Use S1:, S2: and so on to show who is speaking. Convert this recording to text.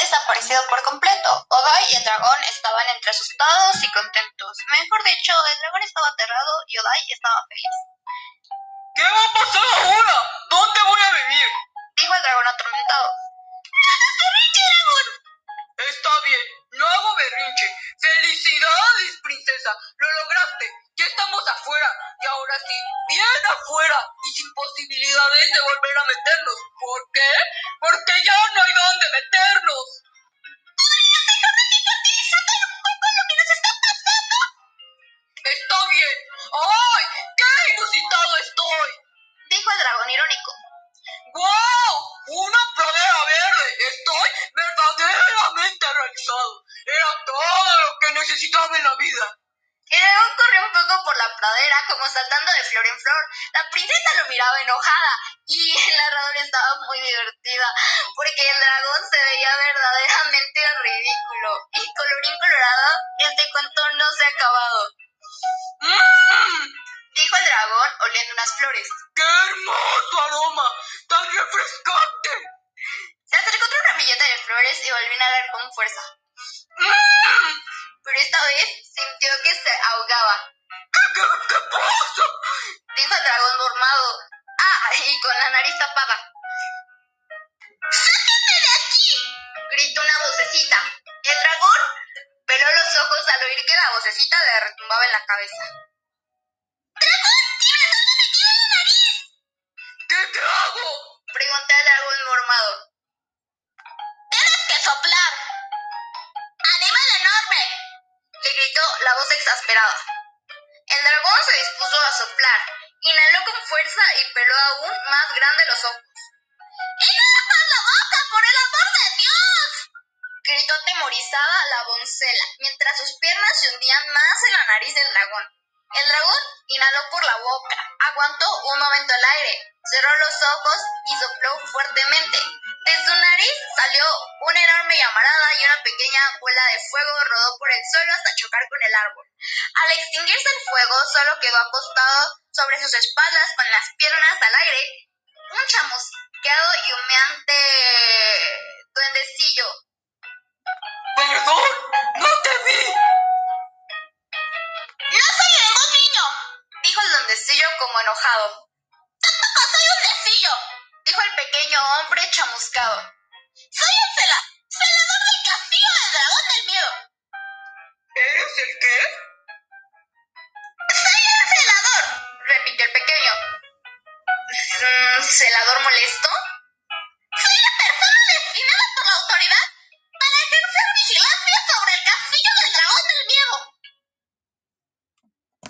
S1: desaparecido por completo. Oda y el dragón estaban entre asustados y contentos. Mejor dicho, el dragón estaba aterrado y Odai estaba feliz.
S2: ¿Qué va a pasar ahora? ¿Dónde voy a vivir?
S1: Dijo el dragón atormentado.
S3: ¡Berrinche, dragón!
S2: Está bien, no hago berrinche. ¡Felicidades, princesa! ¡Lo lograste! Ya estamos afuera. Y ahora sí, bien afuera. Y sin posibilidades de volver a meternos. ¿Por qué? Porque ya no hay dónde meternos.
S3: ¿Podrías dejar de infantilizarte un poco en lo que nos está pasando?
S2: Está bien. ¡Ay! ¡Qué inusitado estoy!
S1: Dijo el dragón irónico.
S2: ¡Guau! ¡Una pradera verde! Estoy verdaderamente realizado. Era todo lo que necesitaba en la vida.
S1: El dragón corrió un poco por la pradera, como saltando de flor en flor. La princesa lo miraba enojada y el narrador estaba muy divertida, porque el dragón se veía verdaderamente ridículo. Y colorín colorado, este cuento no se ha acabado.
S2: ¡Mmm!
S1: Dijo el dragón oliendo unas flores.
S2: ¡Qué hermoso aroma! ¡Tan refrescante!
S1: Se acercó otra ramilleta de flores y volvió a nadar con fuerza.
S2: ¡Mmm!
S1: Pero esta vez sintió que se ahogaba.
S2: ¿Qué, qué, qué pasa?
S1: Dijo el dragón dormado. Ah, y con la nariz tapada.
S3: ¡Sáquenme de aquí!
S1: Gritó una vocecita. El dragón peló los ojos al oír que la vocecita le retumbaba en la cabeza.
S3: ¡Dragón, tienes algo metido en la nariz!
S2: ¿Qué, qué hago?
S1: Preguntó el dragón mormado.
S3: ¡Tienes que soplar! ¡Animal enorme!
S1: le gritó la voz exasperada. El dragón se dispuso a soplar, inhaló con fuerza y peló aún más grande los ojos.
S3: ¡Y nada más la boca, por el amor de Dios!
S1: Gritó temorizada la doncella, mientras sus piernas se hundían más en la nariz del dragón. El dragón inhaló por la boca, aguantó un momento el aire, cerró los ojos y sopló fuertemente. De su nariz salió una enorme llamarada y una pequeña bola de fuego rodó por el suelo hasta chocar con el árbol. Al extinguirse el fuego, solo quedó acostado sobre sus espaldas con las piernas al aire un chamusqueado y humeante duendecillo.
S2: Perdón, no te vi.
S3: ¡No soy ningún niño!
S1: Dijo el duendecillo como enojado.
S3: ¡Tampoco soy un decillo!
S1: Dijo el pequeño hombre chamuscado.
S3: ¡Soy un cela, celador del castillo del dragón del miedo!
S2: ¿Eres el qué?
S3: ¡Soy un celador!
S1: Repitió el pequeño. Mm, ¿Celador molesto?
S3: ¡Soy una persona destinada por la autoridad